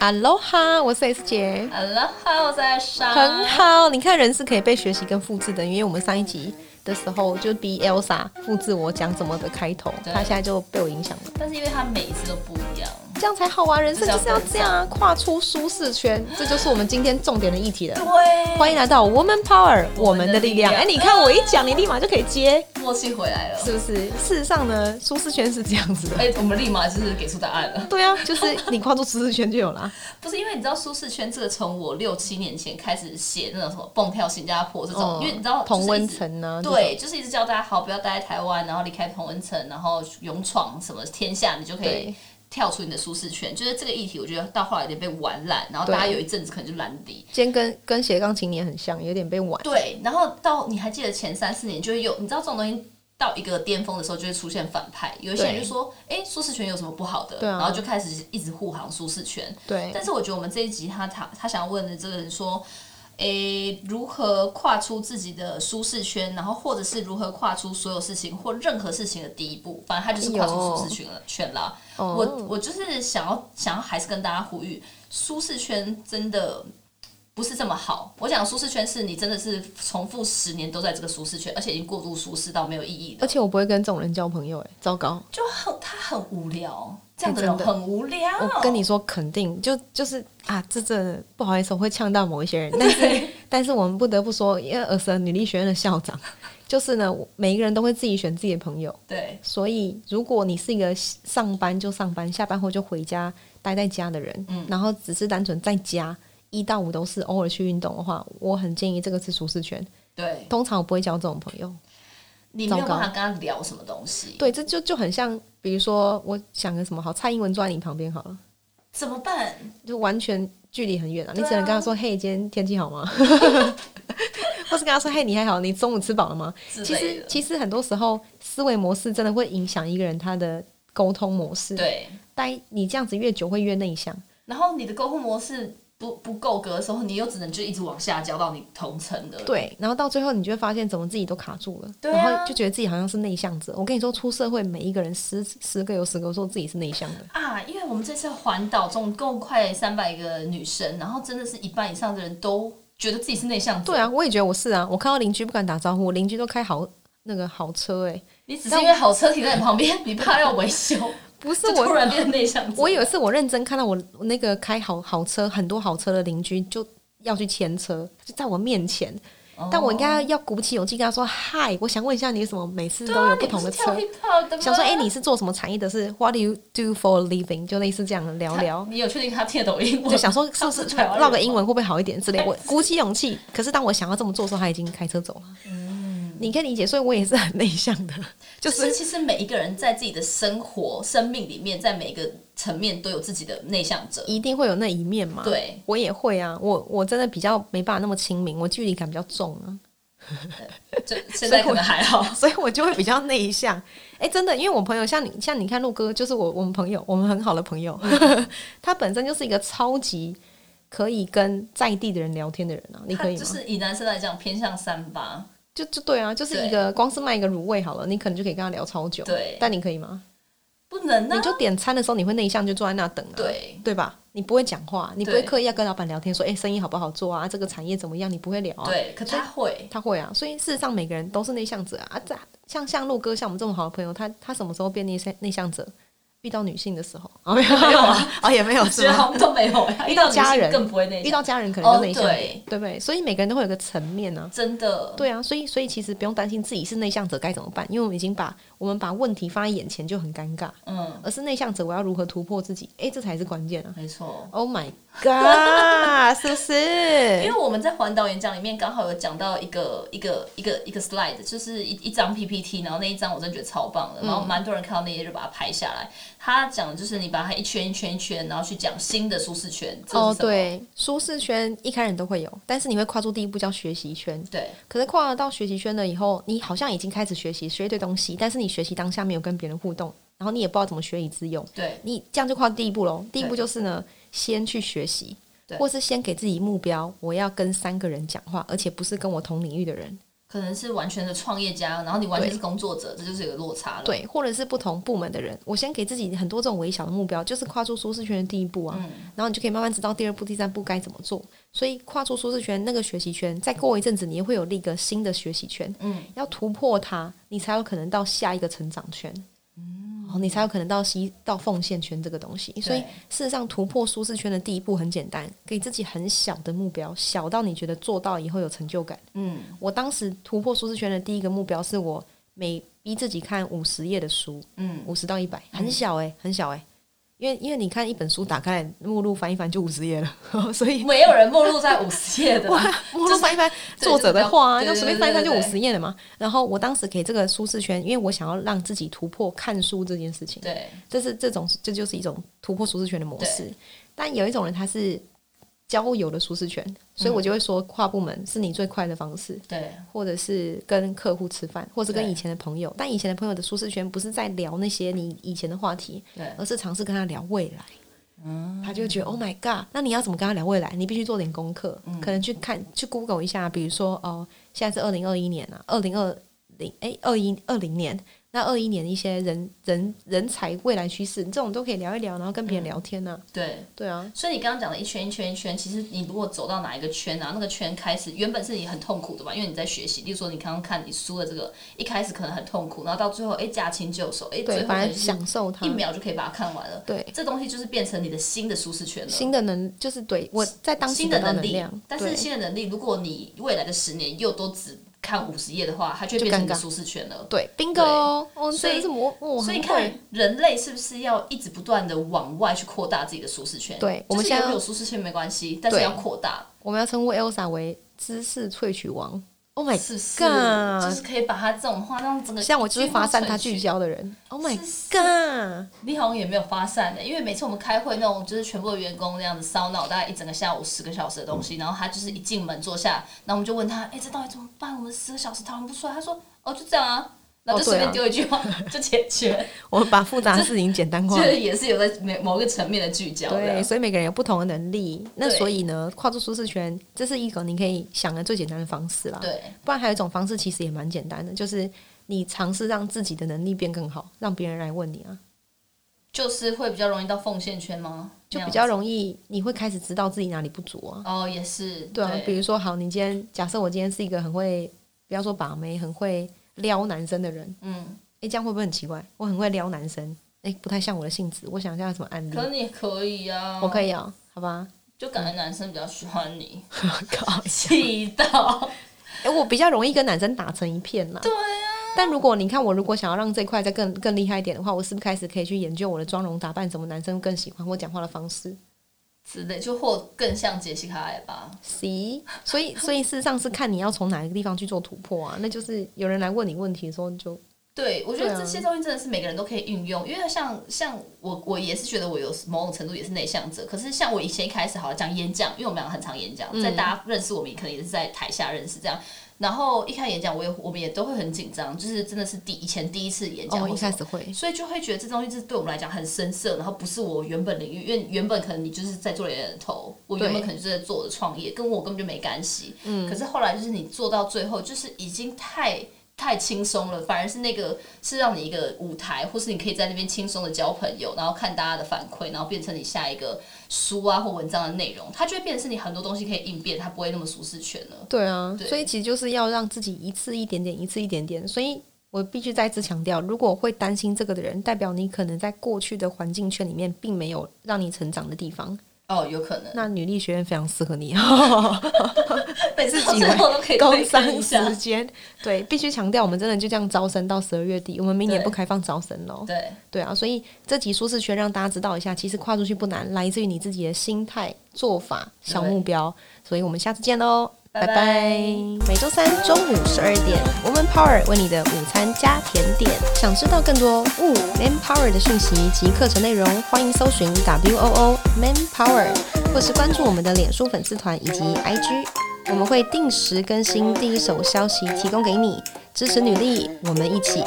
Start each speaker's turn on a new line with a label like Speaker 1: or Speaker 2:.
Speaker 1: Aloha，我是 S 姐。
Speaker 2: Aloha，我在上。
Speaker 1: 很好，你看人是可以被学习跟复制的，因为我们上一集的时候就逼 Elsa 复制我讲怎么的开头，
Speaker 2: 对
Speaker 1: 她现在就被我影响了，
Speaker 2: 但是因为它每一次都不一样，
Speaker 1: 这样才好玩，人生就是要这样啊，跨出舒适圈，这就是我们今天重点的议题了。
Speaker 2: 对
Speaker 1: 欢迎来到 Woman Power，我们的力量。哎、你看我一讲，你立马就可以接，
Speaker 2: 默契回来了。
Speaker 1: 是不是？事实上呢，舒适圈是这样子的。
Speaker 2: 哎、我们立马就是给出答案了。
Speaker 1: 对啊，就是你跨出舒适圈就有 啦。
Speaker 2: 不是因为你知道舒适圈这个，从我六七年前开始写那种什么蹦跳新加坡这种，
Speaker 1: 哦
Speaker 2: 因为你知道就是一直
Speaker 1: 同温层啊呢？
Speaker 2: 对，就是一直教大家好，不要待在台湾，然后离开同温层，然后勇闯什么天下，你就可以
Speaker 1: 对
Speaker 2: 跳出你的舒适圈。就是这个议题，我觉得到后来有点被玩烂，然后大家
Speaker 1: 对
Speaker 2: 有一阵子可能就懒理。
Speaker 1: 今天跟跟斜杠青年很像，有点被玩。
Speaker 2: 对，然后到你还记得前三四年，就会有你知道这种东西到一个巅峰的时候，就会出现反派。有一些人就说：“哎、舒适圈有什么不好的？”
Speaker 1: 对啊
Speaker 2: 然后就开始一直护航舒适圈。
Speaker 1: 对
Speaker 2: 但是我觉得我们这一集他他他想要问的这个人说。诶，如何跨出自己的舒适圈，然后或者是如何跨出所有事情或任何事情的第一步，反正他就是跨出舒适圈了圈了。我我就是想要想要还是跟大家呼吁，舒适圈真的不是这么好。我讲舒适圈是你真的是重复十年都在这个舒适圈，而且已经过度舒适到没有意义
Speaker 1: 而
Speaker 2: 了，
Speaker 1: 且我不会跟这种人交朋友、哎，糟糕！
Speaker 2: 呃就很他很无聊，这样的哦
Speaker 1: 哎
Speaker 2: 人
Speaker 1: 真的
Speaker 2: 很无聊。
Speaker 1: 我跟你说，肯定就就是啊，这这不好意思，我会呛到某一些人， 但是但是我们不得不说，因为尔森女力学院的校长，就是呢，我每一个人都会自己选自己的朋友，
Speaker 2: 对
Speaker 1: 所以如果你是一个上班就上班，下班后就回家待在家的人，
Speaker 2: 嗯
Speaker 1: 然后只是单纯在家一到五都是偶尔去运动的话，我很建议这个是舒适圈，
Speaker 2: 对，
Speaker 1: 通常我不会交这种朋友。
Speaker 2: 你没有
Speaker 1: 糟糕
Speaker 2: 办法跟他聊什么东西，
Speaker 1: 对，这就就很像，比如说我想个什么好，蔡英文坐在你旁边好了，
Speaker 2: 怎么办？
Speaker 1: 就完全距离很远啊，你
Speaker 2: 对啊
Speaker 1: 只能跟他说：“嘿，今天天气好吗？” 或是跟他说：“嘿，你还好？你中午吃饱了吗
Speaker 2: 之？”
Speaker 1: 其
Speaker 2: 类
Speaker 1: 实
Speaker 2: 的，
Speaker 1: 其实很多时候思维模式真的会影响一个人他的沟通模式。，
Speaker 2: 对。
Speaker 1: 待你这样子越久会越内向。
Speaker 2: 然后你的沟通模式不不够格的时候，你又只能就一直往下交到你同层的。
Speaker 1: 对，然后到最后你就会发现怎么自己都卡住了，
Speaker 2: 对啊
Speaker 1: 然后就觉得自己好像是内向者。我跟你说，出社会每一个人十十个有十个说自己是内向的。
Speaker 2: 啊，因为我们这次环岛总共快三百个女生，然后真的是一半以上的人都觉得自己是内向者。
Speaker 1: 对啊，，我也觉得我是啊，我看到邻居不敢打招呼，邻居都开好那个豪车哎、
Speaker 2: 你只是因为好车停在你旁边，你怕要维 修，
Speaker 1: 不是
Speaker 2: 就突
Speaker 1: 我，
Speaker 2: 然变内向者。
Speaker 1: 我有一次我认真看到我那个开好好车很多好车的邻居就要去牵车，就在我面前，
Speaker 2: 哦，
Speaker 1: 但我应该要鼓起勇气跟他说嗨，我想问一下你为什么每次都有不同的车？
Speaker 2: 对啊你不是跳 hip hop 的吗
Speaker 1: 想说，哎、你是做什么产业的？是 What do you do for a living？就类似这样的聊聊
Speaker 2: 他，你有确定他听得懂英文？
Speaker 1: 就想 说是不
Speaker 2: 他
Speaker 1: 是
Speaker 2: 台湾人吗
Speaker 1: 唠个英文会不会好一点之 类。我鼓起勇气，可是当我想要这么做的时候，他已经开车走了。你可以理解，所以我也是很内向的，就
Speaker 2: 就是
Speaker 1: 嗯是
Speaker 2: 其实每一个人在自己的生活、生命里面，在每个层面都有自己的内向者。
Speaker 1: 一定会有那一面嘛。
Speaker 2: 对，
Speaker 1: 我也会啊，我我真的比较没办法那么亲民，我距离感比较重啊，
Speaker 2: 就现在可能还好，
Speaker 1: 所以我就会比较内向。哎、真的，因为我朋友像你，像你看陆哥，就是我我们朋友，我们很好的朋友， 他本身就是一个超级可以跟在地的人聊天的人啊，你可以吗？
Speaker 2: 就是以男生来讲，偏向三八。
Speaker 1: 就就对啊，就是一个光是卖一个卤味好了，你可能就可以跟他聊超久。
Speaker 2: 对
Speaker 1: 但你可以吗？
Speaker 2: 不能啊，
Speaker 1: 你就点餐的时候，你会内向，就坐在那等啊。
Speaker 2: 对
Speaker 1: 对吧？你不会讲话，你不会
Speaker 2: 对
Speaker 1: 刻意要跟老板聊天，说哎、生意好不好做啊？这个产业怎么样？你不会聊啊。
Speaker 2: 对，可他会，
Speaker 1: 他会啊，所以事实上每个人都是内向者啊。啊这像像陆哥，像我们这么好的朋友，他他什么时候变内向内向者？遇到女性的时候，哦没有
Speaker 2: 没有啊，
Speaker 1: 哦也没有
Speaker 2: 觉
Speaker 1: 是
Speaker 2: 得
Speaker 1: 吗？
Speaker 2: 好像都 没有呀。遇到女性
Speaker 1: 家人
Speaker 2: 更不会内
Speaker 1: 遇
Speaker 2: 向，
Speaker 1: 到家人可能就内向，
Speaker 2: 哦对
Speaker 1: 对不对？所以每个人都会有个层面啊。
Speaker 2: 真的。
Speaker 1: 对啊，所以所以其实不用担心自己是内向者该怎么办，因为我们已经把我们把问题放在眼前就很尴尬，
Speaker 2: 嗯，
Speaker 1: 而是内向者我要如何突破自己？诶，这才是关键啊
Speaker 2: 没错。
Speaker 1: ！Oh my god，是不
Speaker 2: 因为
Speaker 1: 是？
Speaker 2: 我们在环岛演讲里面刚好有讲到一个一个一个一个 slide，就是一一张 PPT，然后那一张我真的觉得超棒的，
Speaker 1: 嗯
Speaker 2: 然后蛮多人看到那页就把它拍下来。他讲的就是你把它一圈一圈一圈，然后去讲新的舒适圈，这是
Speaker 1: 哦，
Speaker 2: 什么
Speaker 1: 对，舒适圈一开始都会有，但是你会跨出第一步叫学习圈。
Speaker 2: 对
Speaker 1: 可是跨了到学习圈了以后，你好像已经开始学习，学一堆东西，但是你学习当下没有跟别人互动，然后你也不知道怎么学以致用，
Speaker 2: 对
Speaker 1: 你这样就跨第一步喽。第一步
Speaker 2: 对
Speaker 1: 就是呢，先去学习，
Speaker 2: 对
Speaker 1: 或是先给自己目标，我要跟三个人讲话，而且不是跟我同领域的人。
Speaker 2: 可能是完全的创业家，然后你完全是工作者，这就是有个落差了。
Speaker 1: 对，或者是不同部门的人，我先给自己很多这种微小的目标，就是跨出舒适圈的第一步
Speaker 2: 嗯
Speaker 1: 啊，然后你就可以慢慢知道第二步、第三步该怎么做。所以跨出舒适圈那个学习圈，再过一阵子你也会有一个新的学习圈，
Speaker 2: 嗯，
Speaker 1: 要突破它，你才有可能到下一个成长圈，嗯，你才有可能到吸到奉献圈这个东西。所以
Speaker 2: 对
Speaker 1: 事实上，突破舒适圈的第一步很简单，给自己很小的目标，小到你觉得做到以后有成就感。
Speaker 2: 嗯
Speaker 1: 我当时突破舒适圈的第一个目标是我每逼自己看五十页的书，
Speaker 2: 嗯，
Speaker 1: 五十到一百，很小诶、很小诶、欸因为因为你看一本书打开来目录翻一翻就五十页了， 所以
Speaker 2: 没有人目录在五十页的，
Speaker 1: 目录翻一翻作者的话啊，
Speaker 2: 对就
Speaker 1: 就是随
Speaker 2: 比较
Speaker 1: 便翻一翻就
Speaker 2: 对
Speaker 1: 五
Speaker 2: 对对
Speaker 1: 十页了嘛。然后我当时给这个舒适圈，因为我想要让自己突破看书这件事情，
Speaker 2: 对，
Speaker 1: 这是这种这就是一种突破舒适圈的模式。但有一种人他是交友的舒适圈，所以我就会说跨部门是你最快的方式。
Speaker 2: 对，
Speaker 1: 或者是跟客户吃饭，或是跟
Speaker 2: 对
Speaker 1: 以前的朋友，但以前的朋友的舒适圈不是在聊那些你以前的话题，
Speaker 2: 对，嗯
Speaker 1: 而是尝试跟他聊未来。他就觉得 Oh my God，那你要怎么跟他聊未来？你必须做点功课，
Speaker 2: 嗯
Speaker 1: 可能去看去 Google 一下，比如说哦，现在是二零二一年啊，二零二零哎二一二零年，那二一年一些人人人才未来趋势，这种都可以聊一聊，然后跟别人聊天呢、
Speaker 2: 对。
Speaker 1: 对啊，
Speaker 2: 所以你刚刚讲的一圈一圈一圈，其实你如果走到哪一个圈啊，那个圈开始原本是你很痛苦的吧，因为你在学习。例如说，你刚刚看你输的这个，一开始可能很痛苦，然后到最后，哎，驾轻就熟，哎，最
Speaker 1: 对，
Speaker 2: 后可
Speaker 1: 反
Speaker 2: 能
Speaker 1: 而
Speaker 2: 就是
Speaker 1: 享受它
Speaker 2: 一。秒就可以把它看完了。
Speaker 1: 对，
Speaker 2: 这东西就是变成你的新的舒适圈了，
Speaker 1: 新的能就是对我在当时
Speaker 2: 新
Speaker 1: 得
Speaker 2: 的
Speaker 1: 到
Speaker 2: 能
Speaker 1: 能
Speaker 2: 力
Speaker 1: 量，。
Speaker 2: 但是
Speaker 1: 对
Speaker 2: 新的能力，如果你未来的十年又都只看五十页的话，它就会
Speaker 1: 就
Speaker 2: 变成你的
Speaker 1: 尴尬
Speaker 2: 舒适圈了。
Speaker 1: 对，bingo，哦，
Speaker 2: 所以
Speaker 1: 真的是魔，哦
Speaker 2: 所以
Speaker 1: 很
Speaker 2: 你
Speaker 1: 会
Speaker 2: 看，人类是不是要一直不断的往外去扩大自己的舒适圈？
Speaker 1: 对
Speaker 2: 就是
Speaker 1: 我们现在
Speaker 2: 有没
Speaker 1: 要
Speaker 2: 有舒适圈没关系，但是
Speaker 1: 对
Speaker 2: 要扩大。
Speaker 1: 我们要称呼 Elsa 为知识萃取王。Oh my
Speaker 2: 是不是？
Speaker 1: God！
Speaker 2: 就是可以把它这种话让整个
Speaker 1: 像我就是发散他聚
Speaker 2: 聚。
Speaker 1: 焦的人。Oh my
Speaker 2: 是是
Speaker 1: god！
Speaker 2: 你好像也没有发散的、欸因为每次我们开会那种就是全部的员工那样子烧脑，大概一整个下午十个小时的东西，然后他就是一进门坐下，然后我们就问他，哎、这到底怎么办？我们十个小时讨论不出来。他说，哦，就这样啊，然后就随便
Speaker 1: 哦对
Speaker 2: 丢一句话 就 解决，
Speaker 1: 我们把复杂的事情简单
Speaker 2: 就
Speaker 1: 化。
Speaker 2: 是也是有在某某个层面的聚焦
Speaker 1: 对，
Speaker 2: 的。
Speaker 1: 所以每个人有不同的能力。那
Speaker 2: 对
Speaker 1: 所以呢，跨出舒适圈，这是一个你可以想的最简单的方式啦。
Speaker 2: 对
Speaker 1: 不然还有一种方式其实也蛮简单的，就是你尝试让自己的能力变更好，让别人来问你啊，
Speaker 2: 就是会比较容易到奉献圈吗？
Speaker 1: 就
Speaker 2: 那
Speaker 1: 比较
Speaker 2: 样
Speaker 1: 容易，你会开始知道自己哪里不足啊。
Speaker 2: 哦，也是
Speaker 1: 对啊，比
Speaker 2: 对
Speaker 1: 如说，好，你今天假设我今天是一个很会，不要说把妹，很会撩男生的人，
Speaker 2: 嗯，
Speaker 1: 诶，这样会不会很奇怪？我很会撩男生，诶，不太像我的性质。我想一下有什么案例
Speaker 2: 可，是你也可以啊，
Speaker 1: 嗯我可以啊、好吧？
Speaker 2: 就感觉男生比较喜欢你，
Speaker 1: 靠，
Speaker 2: 气到。
Speaker 1: 诶，我比较容易跟男生打成一片啦。
Speaker 2: 对啊，
Speaker 1: 但如果你看我，如果想要让这块再更更厉害一点的话，我是不是开始可以去研究我的妆容打扮，什么男生更喜欢我讲话的方式
Speaker 2: 之类，就或更像杰西卡艾吧。
Speaker 1: ？C，所以所以事实上是看你要从哪一个地方去做突破啊。那就是有人来问你问题的时候，你就
Speaker 2: 对，我觉
Speaker 1: 对
Speaker 2: 得
Speaker 1: 啊
Speaker 2: 这些东西真的是每个人都可以运用，因为像像我，我也是觉得我有某种程度也是内向者。可是像我以前一开始好像讲演讲，因为我们两个很常演讲，
Speaker 1: 嗯
Speaker 2: 在大家认识我们，可能也是在台下认识这样。然后一开始演讲，我也我们也都会很紧张，就是真的是第以前第一次演讲
Speaker 1: 哦，
Speaker 2: 或什么，
Speaker 1: 一开始会
Speaker 2: 所以就会觉得这东西是对我们来讲很深色，然后不是我原本领域，因为原本可能你就是在做人头，我原本可能就是在做我的创业，跟我根本就没干系。嗯，可是后来就是你做到最后，就是已经太太轻松了，反而是那个是让你一个舞台，或是你可以在那边轻松的交朋友，然后看大家的反馈，然后变成你下一个书啊或文章的内容，它就会变成是你很多东西可以应变，它不会那么舒适圈了。
Speaker 1: 对啊，
Speaker 2: 对
Speaker 1: 所以其实就是要让自己一次一点点，一次一点点。所以我必须再次强调，如果会担心这个的人，代表你可能在过去的环境圈里面并没有让你成长的地方。
Speaker 2: 哦，有可能，
Speaker 1: 那女力学院非常适合 你，
Speaker 2: 每次
Speaker 1: 自
Speaker 2: 到
Speaker 1: 己
Speaker 2: 最后都可以
Speaker 1: 工
Speaker 2: 推
Speaker 1: 商
Speaker 2: 坑一下
Speaker 1: 时。间。对，必须强调，我们真的就这样招生到十二月底，我们明年
Speaker 2: 对
Speaker 1: 不开放招生喽。
Speaker 2: 对，
Speaker 1: 对啊，所以这集舒适圈让大家知道一下，其实跨出去不难，来自于你自己的心态、做法、小目标。所以我们下次见喽，
Speaker 2: 拜
Speaker 1: 拜
Speaker 2: 拜
Speaker 1: 拜！每周三中午十二点，Woman Power 为你的午餐加甜点。想知道更多 Wo Man Power 的讯息及课程内容，欢迎搜寻 W O O Man Power，或是关注我们的脸书粉丝团以及 IG。我们会定时更新第一手消息，提供给你支持女力，我们一起